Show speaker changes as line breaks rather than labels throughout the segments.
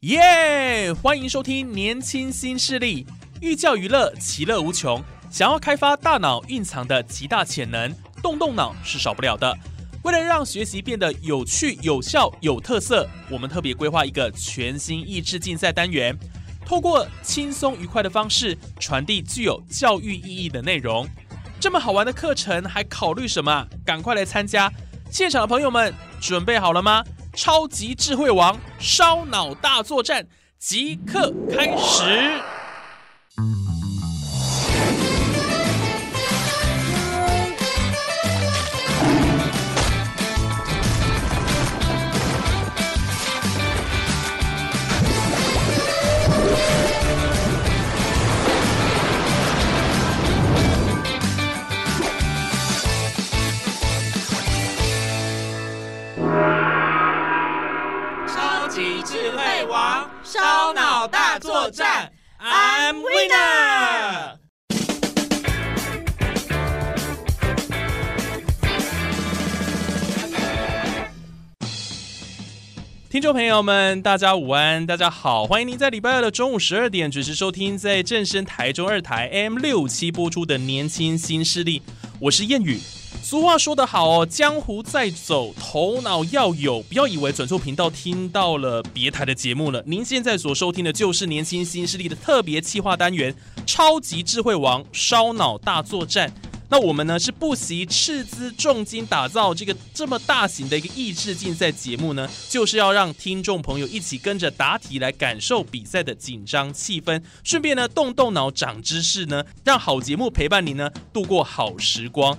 耶欢迎收听《年轻新势力》，寓教于乐，其乐无穷。想要开发大脑蕴藏的极大潜能，动动脑是少不了的。为了让学习变得有趣、有效、有特色，我们特别规划一个全新益智竞赛单元，透过轻松愉快的方式传递具有教育意义的内容。这么好玩的课程还考虑什么啊？赶快来参加！现场的朋友们，准备好了吗？超级智慧王烧脑大作战即刻开始！
超级智
慧王
烧
脑大作战，I'm winner！
听众朋友们，大家午安，大家好，欢迎您在礼拜二的中午十二点准时收听在正声台中二台 M 六七播出的《年轻新势力》，我是谚语。俗话说得好哦，江湖在走，头脑要有。不要以为转错频道听到了别台的节目了，您现在所收听的就是《年轻新势力》的特别企划单元《超级智慧王烧脑大作战》。那我们呢是不惜斥资重金打造这个这么大型的一个益智竞赛节目呢，就是要让听众朋友一起跟着答题来感受比赛的紧张气氛，顺便呢动动脑长知识呢，让好节目陪伴你呢度过好时光。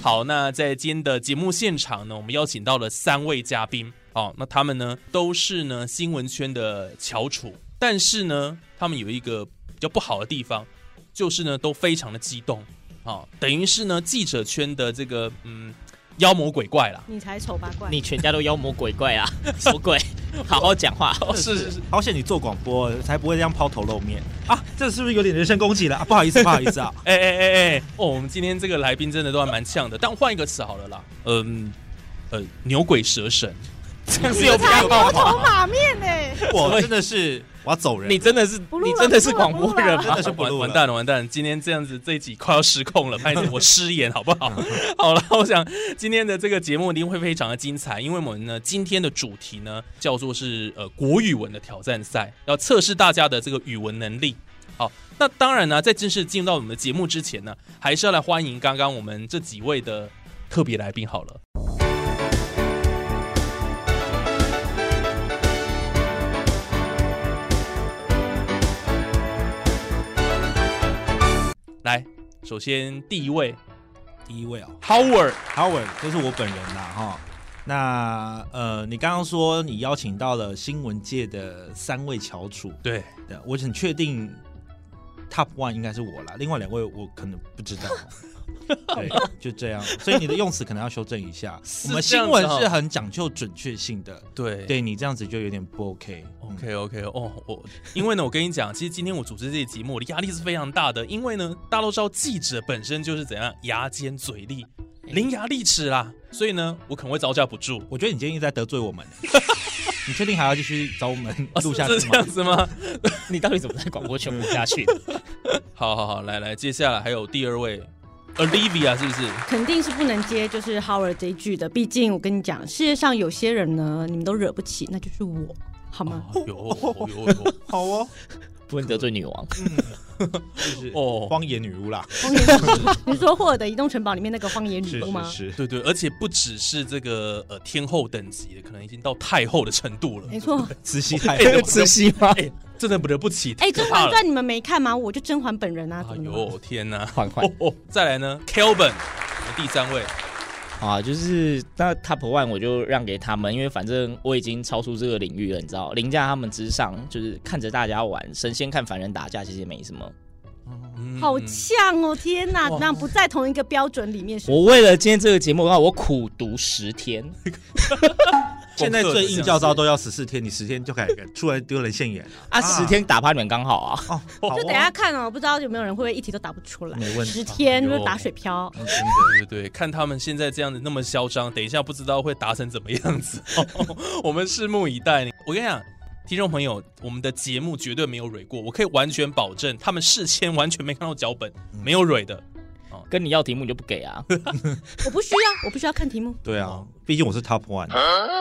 好，那在今天的节目现场呢，我们邀请到了三位嘉宾哦，那他们呢都是呢新闻圈的翘楚，但是呢他们有一个比较不好的地方，就是呢都非常的激动。啊、等于是呢记者圈的这个嗯妖魔鬼怪啦。
你才丑八怪！
你全家都妖魔鬼怪啊！什么鬼？好好讲 话哦。
是是是，
好险你做广播，才不会这样抛头露面啊！这是不是有点人身攻击了啊？不好意思，不好意思啊！
哎哎哎哎，哦，我们今天这个来宾真的都还蛮呛的，但换一个词好了啦，嗯呃牛鬼蛇神，这样是有比较
牛头马面呢、
我真的是我要走人，
你真的是
不录了
你真的是广播人
不录
真
吗
的？是不
完
录
完
了。
蛋了，完蛋了！今天这样子，这一集快要失控了，拍着我失言好 不好？好了，我想今天的这个节目一定会非常的精彩，因为我们呢今天的主题呢叫做是呃国语文的挑战赛，要测试大家的这个语文能力。好，那当然呢，在正式进入到我们的节目之前呢，还是要来欢迎刚刚我们这几位的特别来宾好了。来，首先第一位
第一位哦
Howard，
，Howard，这是我本人啦哈。那呃，你刚刚说你邀请到了新闻界的三位翘楚，
对，
对我很确定 Top One 应该是我啦，另外两位我可能不知道。对，就这样，所以你的用词可能要修正一下。
是
我们
这
新
样子
闻
哦
是很讲究准确性的，
对
对你这样子就有点不 OK。嗯
哦 OK OK 哦，我因为呢，我跟你讲，其实今天我主持这些节目，我的压力是非常大的，因为呢，大家都知道记者本身就是怎样牙尖嘴利、伶牙俐齿啦，所以呢，我可能会招架不住。
我觉得你今天一直在得罪我们，你确定还要继续找我们啊 录下
哦是
去吗
是这？样子吗？
你到底怎么在广播圈活下去的？
好好好，来来，接下来还有第二位 Olivia 是不是？
肯定是不能接就是 Howard 这一句的，毕竟我跟你讲，世界上有些人呢，你们都惹不起，那就是我，好吗？
哦有有有有
好哦，
不能得罪女王。
就是
哦，
荒野女巫啦，
荒野女巫，你是说霍尔的移动城堡里面那个荒野女巫吗？
是，
对对，而且不只是这个呃天后等级的，可能已经到太后的程度了。
没错，
慈禧太
哎
后
对
慈禧吗？
哎，真的不得不起，
哎，《
太
甄
可怕
嬛
了。
传》你们没看吗？我就甄嬛本人啊，
哎
怎么 了吗？
呦天哪！
缓缓
哦哦，再来呢，Kelvin 第三位，
啊，就是那 top one 我就让给他们，因为反正我已经超出这个领域了，你知道，凌驾他们之上，就是看着大家玩，神仙看凡人打架，其实也没什么。
嗯
好呛哦！天哪，那不在同一个标准里面是
哦
我为了今天这个节目，让我苦读十天，
现在最硬教招都要十四天，你十天就敢突然丢人现眼了
啊，十天打趴你们刚好啊。
哦，好
就
哦
等一下看哦，不知道有没有人会不会一题都答不出来，
没问题哎
十天就是
有
打水漂。
嗯真的，对对对，看他们现在这样子那么嚣张，等一下不知道会打成怎么样子，哦 我们拭目以待。我跟你讲，听众朋友，我们的节目绝对没有蕊过，我可以完全保证，他们事先完全没看到脚本，
嗯
没有蕊的。
跟你要题目你就不给啊？
我不需要，我不需要看题目。
对啊，毕竟我是 top one，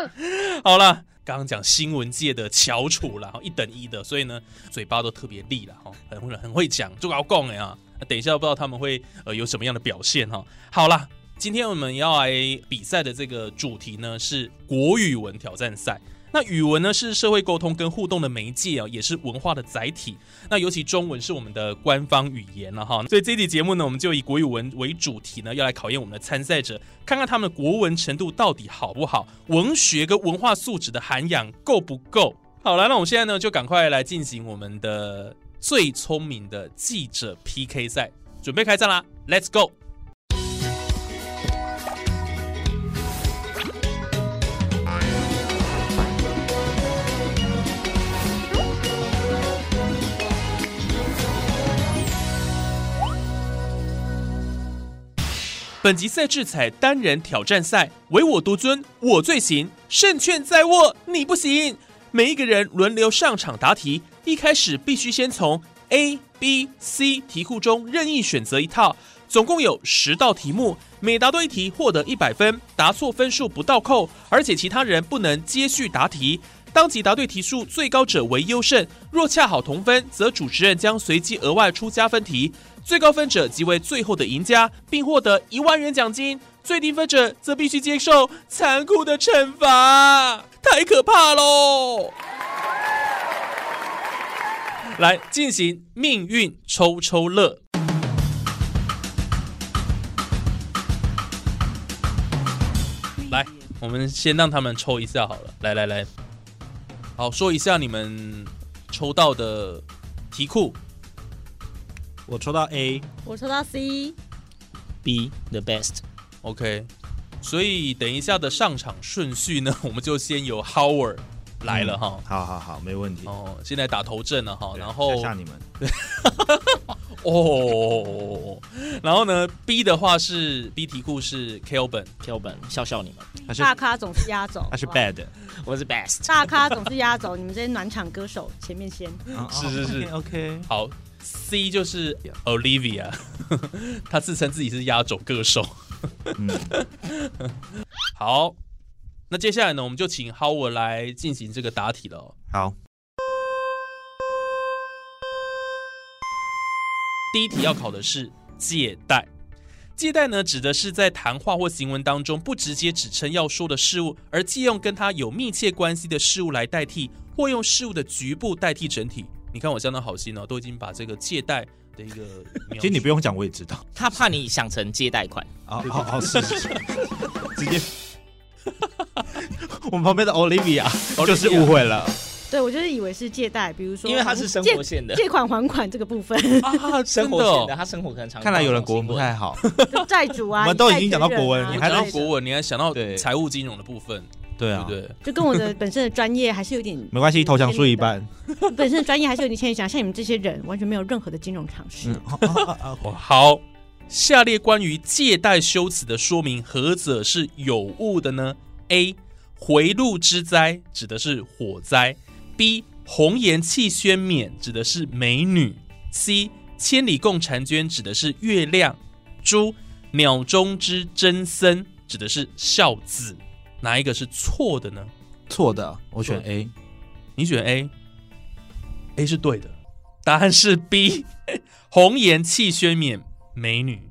好了，刚刚讲新闻界的翘楚啦，一等一的，所以呢，嘴巴都特别利了哈，很会很会讲，就搞讲哎啊。那等一下不知道他们会呃有什么样的表现哈。好啦，今天我们要来比赛的这个主题呢是国语文挑战赛。那语文呢是社会沟通跟互动的媒介啊，也是文化的载体。那尤其中文是我们的官方语言了哈，所以这一期节目呢，我们就以国语文为主题呢，要来考验我们的参赛者，看看他们的国文程度到底好不好，文学跟文化素质的涵养够不够。好了，那我们现在呢，就赶快来进行我们的最聪明的记者 PK 赛，准备开战啦！Let's go！本集赛制采单人挑战赛，唯我独尊，我最行，胜券在握，你不行。每一个人轮流上场答题，一开始必须先从 A、B、C 题库中任意选择一套，总共有十道题目，每答对一题获得一百分，答错分数不倒扣，而且其他人不能接续答题。当即答对题数最高者为优胜，若恰好同分，则主持人将随机额外出加分题。最高分者即为最后的赢家，并获得一万元奖金；最低分者则必须接受残酷的惩罚，太可怕喽！来进行命运抽抽乐。来，我们先让他们抽一下好了。来来来，好说一下你们抽到的题库。
我抽到 A，
我抽到 C，
B the best，
OK，所以等一下的上场顺序呢， 我们就先由 Howard 来了哈。
好好好，没问题。
哦，现在打头阵了哈，
嗯对
然后
吓吓你们，
哦，然后呢，B 的话是 B 题库是 Kelvin，
票本笑笑你们，
他是
大咖总是压轴，
他是
好不好
bad，
我是 best。
大咖总是压轴，你们这些暖场歌手前面先。
啊
是是是
，OK，
好，C 就是 Olivia，他 自称自己是压轴歌手。
嗯，
好，那接下来呢，我们就请 Howard 来进行这个答题了哦。
好，
第一题要考的是借贷。借贷呢，指的是在谈话或行文当中不直接指称要说的事物，而借用跟它有密切关系的事物来代替，或用事物的局部代替整体。你看我相当好心哦，都已经把这个借贷的一个描述，
其实你不用讲，我也知道。
他怕你想成借贷款，
好 好好，哦是是是，直接。 我们旁边的 Olivia 就是误会了，
对，我就是以为是借贷，比如说，
因为他是生
借
活线的，
借款还款这 个部分，
啊，
生
真的
活线
哦
的，，他生活可能常
看来有人国文不太好。
就债主啊，
我们都已
债
经讲
权
到国
人啊
文
你
你
还
还
之类
到
的
国文，你还想到
对
财务金融的部分，
对
对
啊
不，对？
就跟我的本身的专业还是有点
没关系，投降输一半。
本身的专业还是有点欠缺，像你们这些人完全没有任何的金融常识。
嗯，啊啊啊啊
哦，好，下列关于借贷修辞的说明，何者是有误的呢？A. 回路之灾指的是火灾；B. 红颜弃轩冕指的是美女；C. 千里共婵娟指的是月亮；猪鸟中之真僧指的是孝子。哪一个是错的呢？
错的，我选 A。
你选 A，A 是对的，答案是 B。红 颜弃轩冕美女，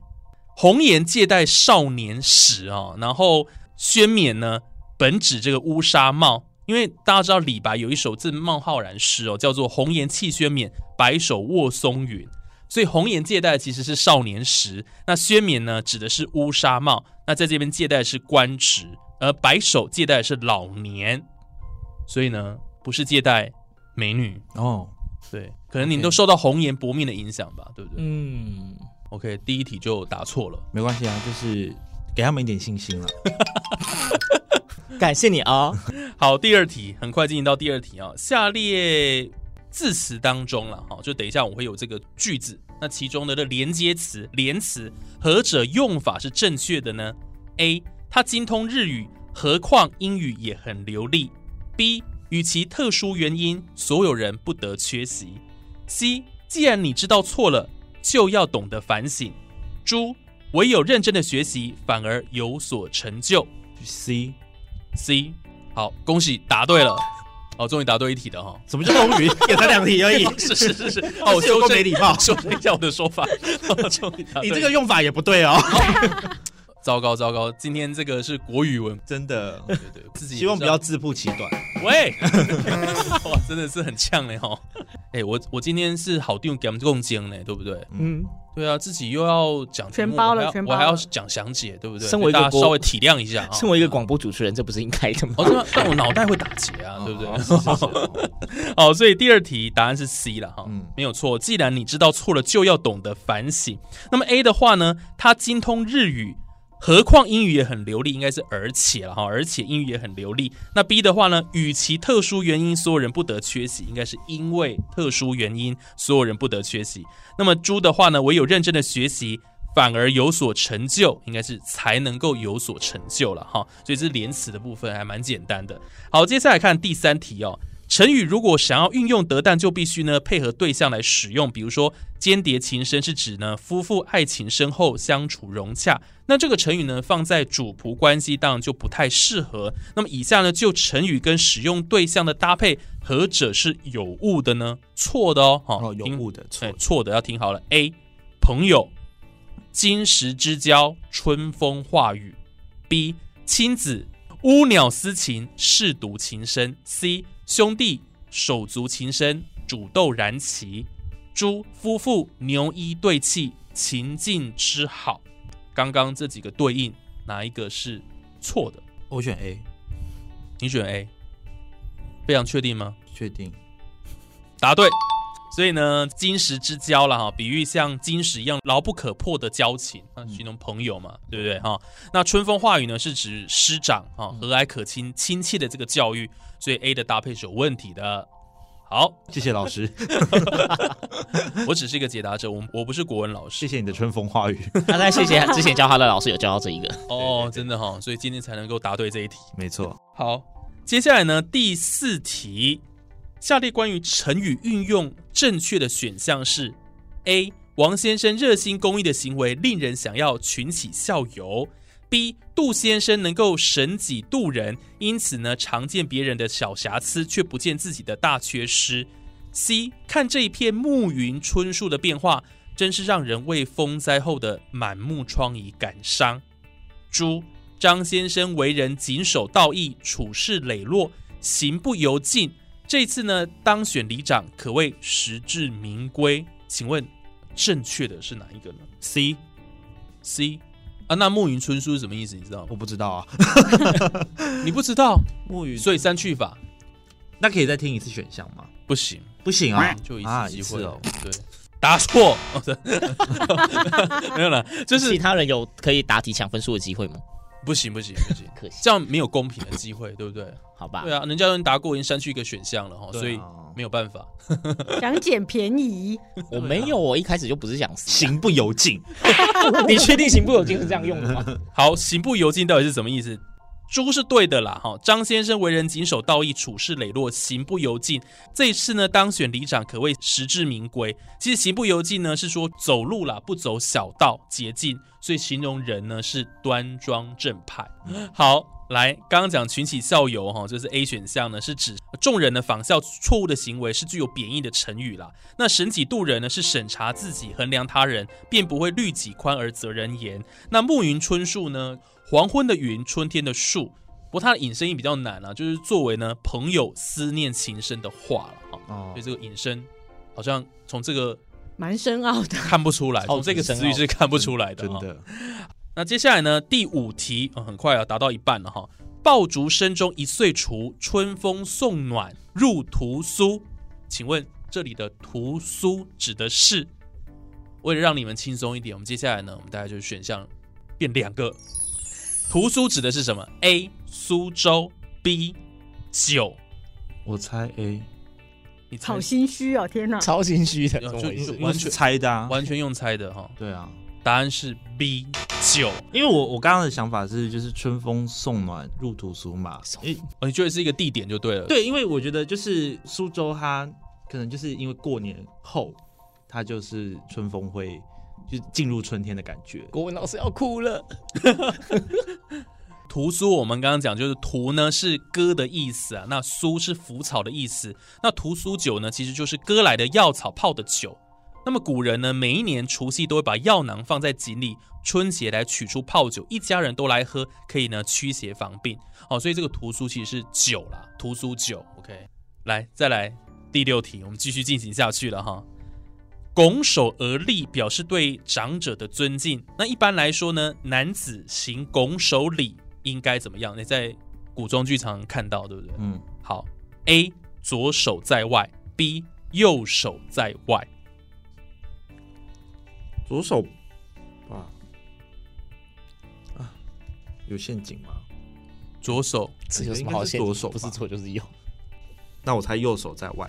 红颜借贷少年时啊、然后轩冕呢，本指这个乌纱帽，因为大家知道李白有一首赠孟浩然诗哦，叫做“红颜弃轩冕，白首卧松云”。所以红颜借戴的其实是少年时，那宣冕呢指的是乌纱帽，那在这边借戴的是官职，而白首借戴的是老年，所以呢不是借戴美女，
哦，
对，可能你们都受到红颜薄命的影响吧，对不对、
嗯，
o k 第一题就答错了，
没关系啊，就是给他们一点信心了。
感谢你啊、
好，第二题很快进行到第二题啊、下列字词当中了哈，就等一下我会有这个句子，那其中的这连接词、连词何者用法是正确的呢？A. 他精通日语，何况英语也很流利。B. 与其特殊原因，所有人不得缺席。C. 既然你知道错了，就要懂得反省。猪，唯有认真的学习，反而有所成就。
C，。
C。好，恭喜答对了。哦，终于答对一题了哈
什么叫英语？ 也才两题而已，
是是是是，哦，我
是有
修
够
正
没礼貌
修正一下我的说法。哦终于答对
你这个用法也不对哦。
糟糕糟糕，今天这个是国语文，
真的，
对对，自己也
希望不
知道
要自不其 短。
喂，哇，真的是很呛嘞哈。哎，我我今天是好定给我们共精呢，对不对？
嗯，
对啊，自己又要讲题目
全包了
我还要
全包
我
了
还要讲详解，对不对？
身为一个
大家
国
稍微体谅一下啊。
身为一个广播主持人，这不是应该的吗？
哦，真的，但我脑袋会打结啊，对不对？
对？
哦，所以第二题答案是 C 了哈，
嗯
没有错。既然你知道错了，就要懂得反省。那么 A 的话呢，他精通日语，何况英语也很流利，应该是而且了哈，而且英语也很流利。那 B 的话呢，与其特殊原因，所有人不得缺席，应该是因为特殊原因，所有人不得缺席。那么猪的话呢，唯有认真的学习。反而有所成就，应该是才能够有所成就了哈，所以这是连词的部分还蛮简单的。好，接下来看第三题哦，成语如果想要运用得当，就必须呢配合对象来使用。比如说，间谍情深是指呢夫妇爱情深厚，相处融洽。那这个成语呢放在主仆关系当然就不太适合。那么以下呢就成语跟使用对象的搭配，何者是有误的呢？错的哦，
哦，有
听
误的错
哎，错的要听好了。A. 朋友，金石之交，春风化雨。B. 亲子，乌鸟私情，舐犊情深。C. 兄弟，手足情深，煮豆燃萁。猪夫妇牛衣对气，情境之好。刚刚这几个对应，哪一个是错的？
我选 A，
你选 A，非常确定吗？
确定。
答对。所以呢，金石之交了哈，比喻像金石一样牢不可破的交情，啊，
嗯
形容朋友嘛，对不对哈？那春风化雨呢，是指师长啊，
嗯
和蔼可亲、亲切的这个教育，所以 A 的搭配是有问题的。好，
谢谢老 师，
我只是一个解答者，我我不是国文老师
谢谢你的春风化雨。
那再哦谢谢之前教他的老师有教到这一 个，
哦，真的哈、所以今天才能够答对这一题。
没错，
好，接下来呢，第四题，下列关于成语运用正确的选项是：A. 王先生热心公益的行为令人想要群起效尤。B. 杜先生能够神己度人，因此呢，常见别人的小瑕疵，却不见自己的大缺失。C. 看这一片暮云春树的变化，真是让人为风灾后的满目疮痍感伤。猪张先生为人谨守道义，处事磊落，行不由禁。这次呢，当选里长可谓实至名归。请问，正确的是哪一个呢？C C 啊，那暮云春书是什么意思？你知道吗？
我不知道啊。
你不知道，
木鱼，
所以删去法
那可以再听一次选项吗？
不行，
不行啊，
就一
啊
次
一
机会、
次哦。
对，答错， 没有了，就
其
是
他人有可以答题抢分数的机会吗？
不行不行不行，
可惜，
这样没有公平的机会，对不对？
好吧
对，啊，人家都答过，已经删去一个选项了哈，
对啊
所以没有办法。
想捡便宜，
我没有，我一开始就不是想死。
行不由径，
啊你确定行不有竟是这样用的吗？
好，行不由径到底是什么意思？猪是对的啦，哈。张先生为人谨守道义，处事磊落，行不由径。这一次呢，当选里长可谓实至名归。其实行不由径呢，是说走路啦，不走小道捷径，所以形容人呢是端庄正派。好，来，刚刚讲群起效尤哈，就是 A 选项呢，是指众人呢仿效错误的行为，是具有贬义的成语啦。那审己度人呢，是审查自己、衡量他人，便不会律己宽而责人严。那暮云春树呢，黄昏的云，春天的树。不过它的引申义比较难啊，就是作为呢朋友思念情深的话了啊，
哦
所以这个引申好像从这个
蛮深奥的。
看不出来，从这个词语是看不出来的，啊
真。的。哦
那接下来呢？第五题，嗯、很快啊，答到一半了哈。爆竹声中一岁除，春风送暖入屠苏。请问这里的屠苏指的是？为了让你们轻松一点，我们接下来呢，我们大概就是选项变两个。屠苏指的是什么？A. 苏州 B. 酒。
我猜 A，
你猜
好心虚哦，天哪！
超心虚的，
就
怎么回事
就？完全
我是猜的啊，
完全用猜的哈、
对啊，
答案是 B. 酒。
因为我我刚刚的想法是，就是春风送暖入屠苏嘛，因为
哦，你觉得是一个地点就对了。
对，因为我觉得就是苏州，它可能就是因为过年后，它就是春风会就是进入春天的感觉。
国文老师要哭了。
屠苏，我们刚刚讲就是屠呢是歌的意思啊，那苏是腐草的意思，那屠苏酒呢其实就是割来的药草泡的酒。那么古人呢，每一年除夕都会把药囊放在井里，春节来取出泡酒，一家人都来喝，可以呢驱邪防病。哦，所以这个屠苏其实是酒啦，屠苏酒。OK，来再来第六题，我们继续进行下去了哈。拱手而立表示对长者的尊敬。那一般来说呢，男子行拱手礼应该怎么样？你在古装剧常看到，对不对？
嗯，
好，A 左手在外，B 右手在外。
左手啊啊，有陷阱吗？
左手
这有什么好陷阱
应该是左手？吧
哎不是错就是右。
那我猜右手在外，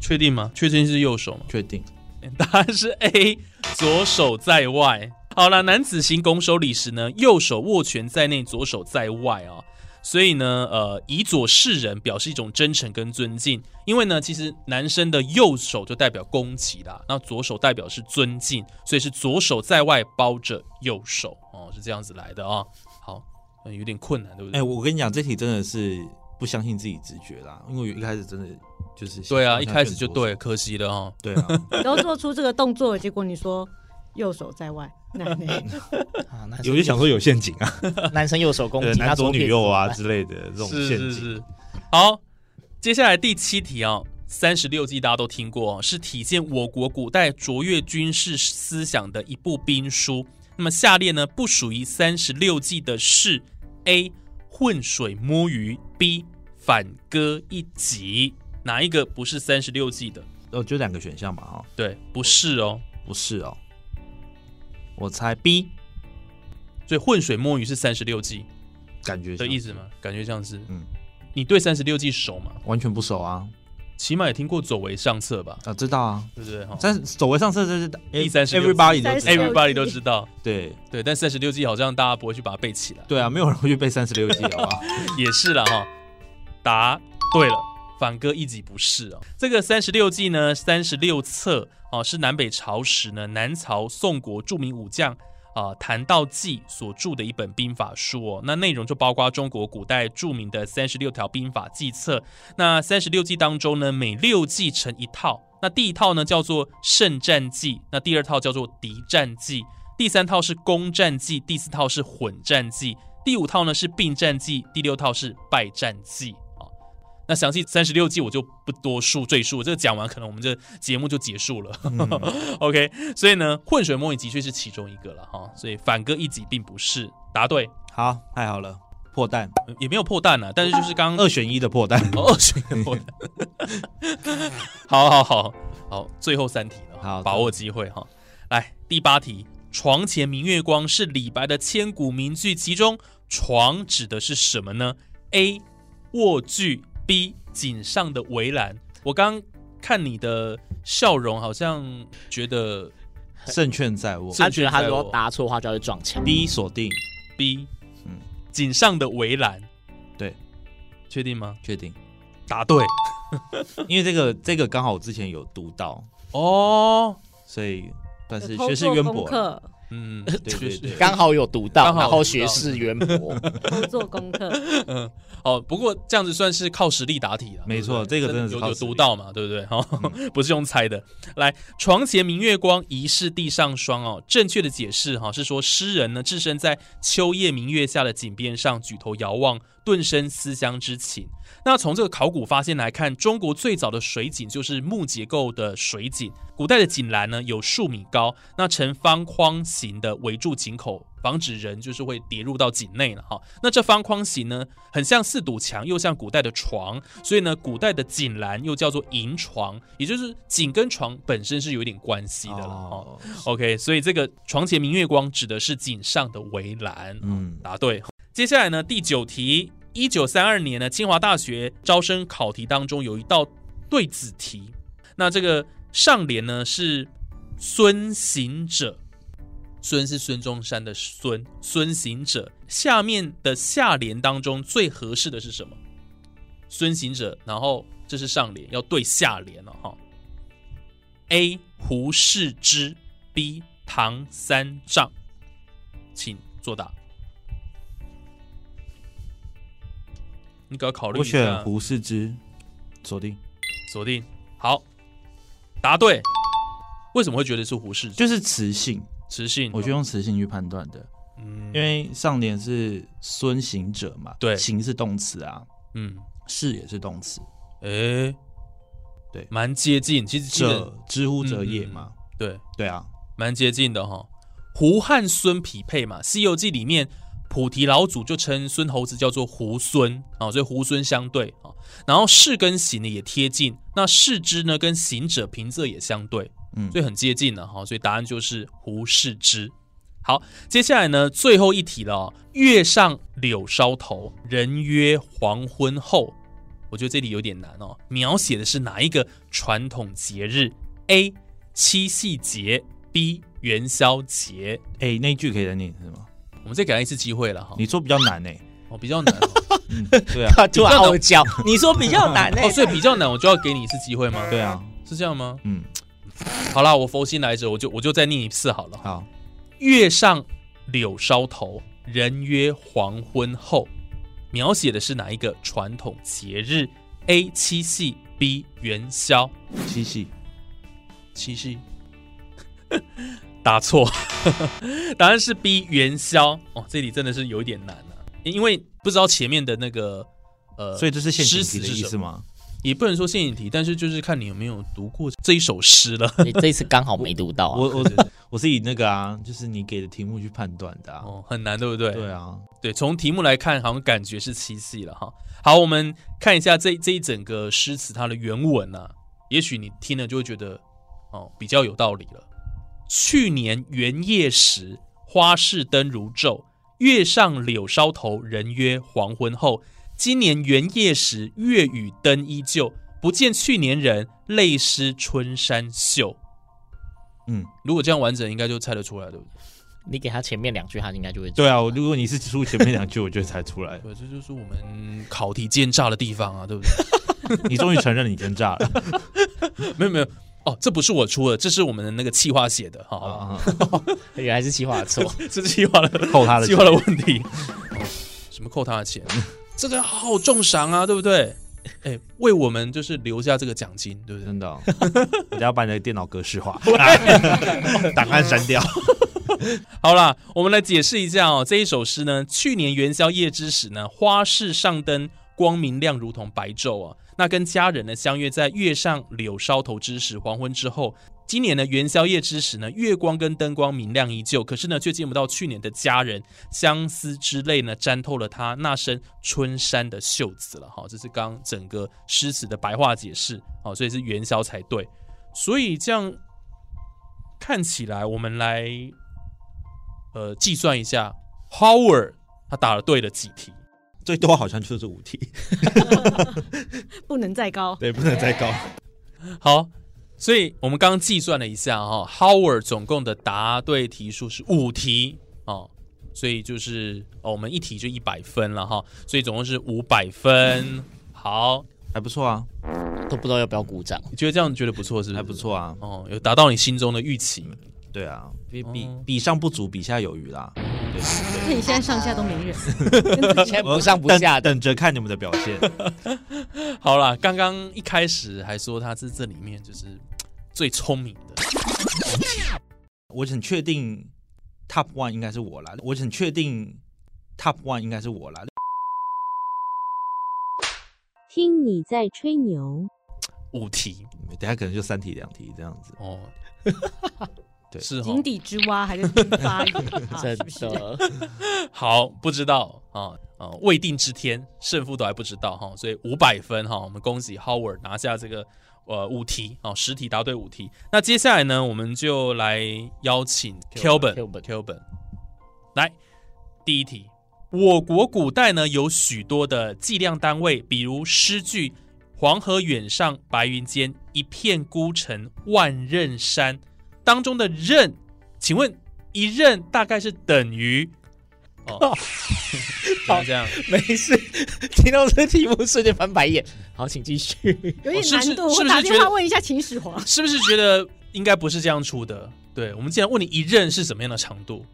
确定吗？确定是右手吗？
确定。
答案是 A，左手在外。好了，男子行拱手礼时呢，右手握拳在内，左手在外啊、所以呢，呃，以左示人表示一种真诚跟尊敬，因为呢，其实男生的右手就代表攻击啦，那左手代表是尊敬，所以是左手在外包着右手哦，是这样子来的啊、好，嗯，有点困难，对不
哎、
对？
我跟你讲，这题真的是不相信自己直觉啦，因为我一开始真的就是
对啊，
好
一
像
开始就
选左
对，
手
可惜了哦。
对啊，
你都做出这个动作了，结果你说右手在外，奶奶
嗯
啊，男
我就想说有陷阱啊，
男生右手攻
对
击，
男
他
左
左
女
撇
右啊
子
之类的这种
是
陷
是
阱。
是。好，接下来第七题啊、三十六计大家都听过、哦，是体现我国古代卓越军事思想的一部兵书。那么下列呢，不属于三十六计的是 A 浑水摸鱼，B 反戈一击，哪一个不是三十六计的？
哦，就两个选项嘛，哈，
对，不是哦。
不是哦，我猜 B，
所以浑水摸鱼是三十六计
感觉
的意
思
思吗？感觉像是，
嗯
你对三十六计熟吗？
完全不熟啊，
起码也听过走为上策吧，
啊，知道啊，
对不对？哈，
但是走为上策这是
第三十六
everybody 都知道
everybody 都知道，
对
对，但三十六计好像大家不会去把它背起来，
对啊，没有人会去背三十六计，好 吧？
也是了哈。答对了，反戈一己不是啊。这个三十六计呢，三十六策啊，是南北朝时呢，南朝宋国著名武将。啊，谭道济所著的一本兵法书哦，那内容就包括中国古代著名的三十六条兵法计策。那三十六计当中呢，每六计成一套。那第一套呢叫做胜战计，那第二套叫做敌战计，第三套是攻战计，第四套是混战计，第五套呢是并战计，第六套是败战计啊。那详细三十六计我就不多述赘述，这个讲完可能我们这节目就结束了。OK，所以呢，浑水摸鱼的确是其中一个了哈，所以反戈一己并不是答对，
好，太好了，破蛋，
呃也没有破蛋啊，但是就是刚刚
二选一的破蛋。
哦，二选一破蛋。好好好好，最后三题了，
好
把握机会哈。来，第八题，“床前明月光”是李白的千古名句，其中“床”指的是什么呢？A. 卧具，B. 井上的围栏。我刚看你的笑容，好像觉得
胜券在握
是
他觉得他如果答错的话，就要去撞墙。
，B 锁定，
B，
嗯
井上的围栏，
对，
确定吗？
确定，
答对
因为这个这个刚好我之前有读到，
哦，
所以算是
有偷
学识
做
渊
功
博了，
课，
嗯，
对对对，
刚好有读到
刚，好有
然
读到
后学识渊博，
偷做功课。
嗯，哦，不过这样子算是靠实力答题了，
没错
对
这
不对
个真的是
有
靠
有
实力嗯
读到嘛，对不对？哦， 不是用猜的。来，床前明月光，疑是地上霜哦。正确的解释哈、是说诗人呢置身在秋夜明月下的井边上，举头遥望，顿生思乡之情。那从这个考古发现来看，中国最早的水井就是木结构的水井。古代的井栏呢有数米高，那呈方框形的围住井口，防止人就是会跌入到井内了哈。那这方框形呢，很像四堵墙，又像古代的床，所以呢，古代的井栏又叫做银床，也就是井跟床本身是有一点关系的了哦。
哦，
OK，所以这个床前明月光指的是井上的围栏。
嗯，
答对。接下来呢，第九题，一九三二年呢，清华大学招生考题当中有一道对子题，那这个上联呢是孙行者，孙是孙中山的孙，孙行者。下面的下联当中最合适的是什么？孙行者，然后这是上联，要对下联了、哈。A 胡适之，B 唐三藏，请作答。你给我考虑
我
一下。
选胡适之，锁定，
锁定，好，答对。为什么会觉得是胡适？
就是词性，
磁性，
我就用词性去判断的，
嗯，
因为上联是孙行者嘛，
对
行是动词啊，
嗯，
是也是动词，
诶，
对
蛮接近，其实记得
者知乎者也嘛，
对，
对啊，
蛮接近的哈。胡汉孙匹配嘛，《西游记》里面菩提老祖就称孙猴子叫做猢狲啊，哦所以猢狲相对啊、哦然后士跟行呢也贴近，那士之呢跟行者平仄也相对，
嗯
所以很接近了哦哈，所以答案就是胡适之。好，接下来呢，最后一题了、哦。月上柳梢头，人约黄昏后。我觉得这里有点难哦。描写的是哪一个传统节日？A. 七夕节，B. 元宵节。
哎，那一句可以再念一次吗？
我们再给他一次机会了哈、
你说比较难 哎，
哦，比较难哦
嗯，对啊，
突然傲娇，你说比较 难呢、
哦，所以比较难，我就要给你一次机会吗？
对，啊，
是这样吗？
嗯，
好啦，我佛心来着，我就我就再念一次好了。
好，
月上柳梢头，人约黄昏后，描写的是哪一个传统节日？A. 七夕，B. 元宵。
七夕，
七夕，答错， 答案是 B 元宵。哦，这里真的是有一点难啊，因为不知道前面的那个呃，
所以这是现
诗
实
词
题的
是
意
什
思
么？
吗？
也不能说陷阱题，但是就是看你有没有读过这一首诗 了。
你这一次刚好没读到、啊，
我
哦
我 我是以那个啊，就是你给的题目去判断的啊，
哦，很难，对不对？
对啊，
对，从题目来看，好像感觉是七夕了哈。好，我们看一下这这一整个诗词它的原文啊，也许你听了就会觉得哦比较有道理了。去年元夜时，花市灯如昼，月上柳梢头，人约黄昏后。今年元夜时，月与灯依旧，不见去年人，泪湿春衫袖。
嗯，
如果这样完整，应该就猜得出来，对不对？
你给他前面两句，他应该就会
对啊，我如果你是出前面两句，我就猜出来了。
对，这就是我们考题奸诈的地方啊，对不对？
你终于承认你奸诈了。
没有没有，哦，这不是我出的，这是我们的那个企划写的，好好吧，
啊，
原来是计划的错。
这是企划的
扣他的钱
计划的问题。 哦什么扣他的钱？这个好重赏啊，对不对？哎，为我们就是留下这个奖金，对不对？
真的哦、我等下把你的电脑格式化，档案删掉。
好啦，我们来解释一下哦，这一首诗呢，去年元宵夜之时呢，花市上灯，光明亮如同白昼啊。那跟家人呢相约在月上柳梢头之时，黄昏之后。今年呢元宵夜之时呢，月光跟灯光明亮依旧，可是呢却见不到去年的家人，相思之泪呢沾透了他那身春衫的袖子了。哈，这是刚整个诗词的白话解释，好，所以是元宵才对。所以这样看起来，我们来呃计算一下，Howard 他答了对了几题？
最多好像就是五题，
不能 再高。
对，不能再高。
好，所以我们刚刚计算了一下哈、h o w a r d 总共的答对题数是五题哦，所以就是哦，我们一题就一百分了哈、所以总共是五百分。好，
还不错啊，
都不知道要不要鼓掌。
你觉得这样觉得不错是不是？
还不错啊。
哦，有达到你心中的预期。
对啊，比比
哦
比上不足，比下有余啦。对
那你现在上下都没 人，
现在
对，我
不上不下
等，等
的，
着看你们的表现。
好啦，刚刚一开始还说他是这里面就是嘖最聪明的，
我很确定 top one 应该是我啦，我很确定 top one 应该是我啦。
听你在吹牛。
五题
等下可能就三题两题这样子。
哦，
对
是哦
井，底之蛙还在这 边发言，啊
真
是不是？
的，
好，不知道啊啊，未定之天，胜负都还不知道哈、所以五百分哈、我们恭喜 Howard 拿下这个呃五题啊，十题答对五题。那接下来呢，我们就来邀请 Kelvin
Kelvin
Kelvin 来第一题。我国古代呢有许多的计量单位，比如诗句“黄河远上白云间，一片孤城万仞山”当中的“仞”，请问一仞大概是等于 哦，怎么这样？
没事。 听到这题目瞬间翻白眼。好，请继续。
有
哦
点
是不是
难
是
度，我
不是
打电
觉
话
得
问一下秦始皇。
是不是觉得应该不是这样出的？对，我们既然问你一仞是什么样的长度，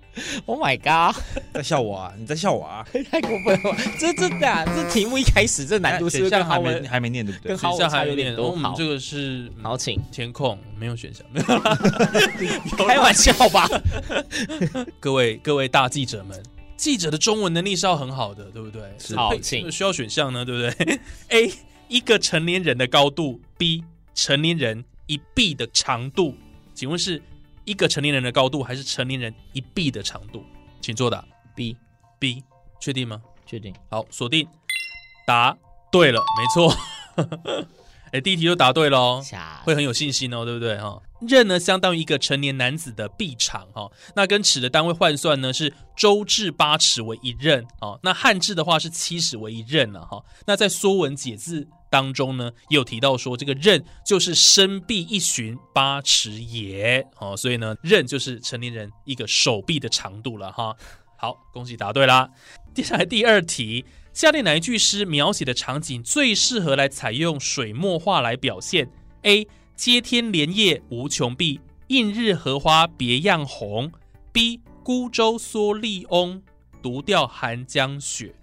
Oh my god！
在笑我啊？你在笑我啊？
太过分了吧，这这的啊，这题目一开始这难度是不是
选
跟
项还
好
没
文？
还没念对不对
跟？好
选项
我
还
差
有
有
点
点
多。
多
我们
好
这个是嗯
好，请
填空，没有选项。
开玩笑吧？
各位各位大记者们，记者的中文能力是要很好的，对不对？
是
好
会
请
需要选项呢，对不对 ？A 一个成年人的高度，B 成年人一臂的长度，请问是一个成年人的高度，还是成年人一臂的长度？请作答。
B
B 确定吗？
确定
好，锁定，答对了，没错。 哎，第一题就答对喽。
下
会很有信心哦，对不对哈？刃呢，相当于一个成年男子的臂长哈、那跟尺的单位换算呢是周至八尺为一刃哦，那汉制的话是七尺为一刃了、哈、那在《说文解字》当中呢，也有提到说这个刃就是伸臂一旬八尺也哦，所以呢，刃就是成年人一个手臂的长度了哈、好，恭喜答对啦。接下来第二题，下列哪一句诗描写的场景最适合来采用水墨画来表现？A. 接天莲叶无穷碧，映日荷花别样红。B. 孤舟蓑笠翁，独钓寒江雪。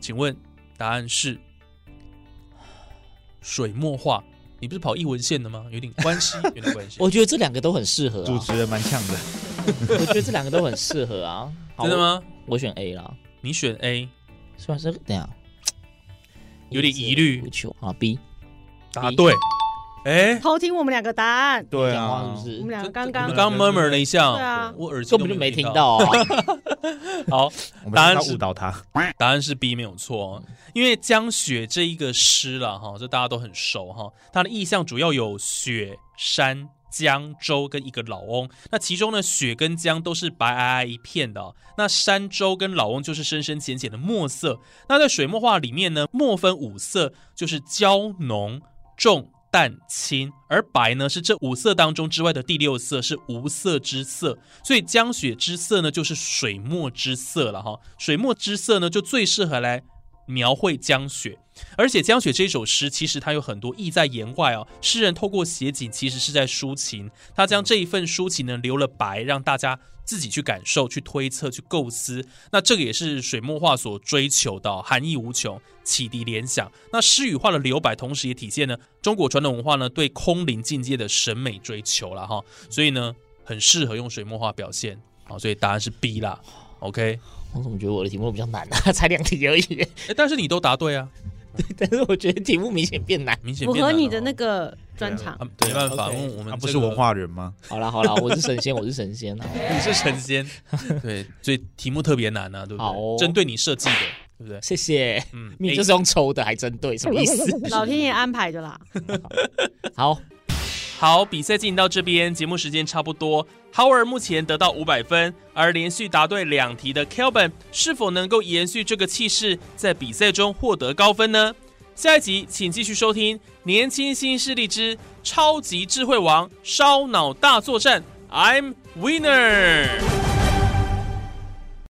请问答案是水墨画？你不是跑艺文线的吗？有点关系，有点关系。
我觉得这两个都很适合、
主
啊，
持人蛮呛的，
我觉得这两个都很适合啊。好
真的？吗？
我我选 A 啦，
你选 A，
虽然是等一下
有点疑虑
不求啊 B 啊
答对。哎，
偷听我们两个答案，
对啊
讲话是不是？
我们两个
真
刚
我
刚
们刚 murmur 了一下，
对啊
我耳机
根
都
本就没听
有
到啊！
好，
我们
答案
要
是
误导他。
答案是 B 没有错、哦，因为江雪这一个诗了哈，这大家都很熟哈。它的意象主要有雪山、江、州跟一个老翁。那其中呢，雪跟江都是白皑皑一片的哦、那山州跟老翁就是深深浅浅的墨色。那在水墨画里面呢，墨分五色，就是焦浓、重、淡、清，而白呢是这五色当中之外的第六色，是无色之色。所以江雪之色呢，就是水墨之色了哈。水墨之色呢，就最适合来描绘江雪。而且江雪这首诗，其实它有很多意在言外哦。诗人透过写景，其实是在抒情。他将这一份抒情呢留了白，让大家自己去感受、去推测、去构思。那这个也是水墨画所追求的哦、含义无穷，启迪联想。那诗与画的留白，同时也体现了中国传统文化呢对空灵境界的审美追求了哈。所以呢，很适合用水墨画表现。好，所以答案是 B 啦。OK，
我怎么觉得我的题目比较难啊？ 才两题而已，
哎，但是你都答对啊，
但是我觉得题目明显变难。
明显
符
变
合
难了
你的
哦
那个专场
啊，没办法，
OK
因为我们
啊他不是
这个
文， 化人吗？
好啦好啦，我是神仙，我是神仙。啊好
你是神仙，对，所以题目特别难啊，对不
好哦
对？针对你设计的，对不对？
谢谢，
嗯
你
A
就是用抽的，还针对，什么意 思？
老天爷安排的啦。
好，
好，比赛进行到这边，节目时间差不多。Howard 目前得到五百分，而连续答对两题的 Kelvin 是否能够延续这个气势，在比赛中获得高分呢？下一集请继续收听《年轻新势力之超级智慧王烧脑大作战》，I'm Winner。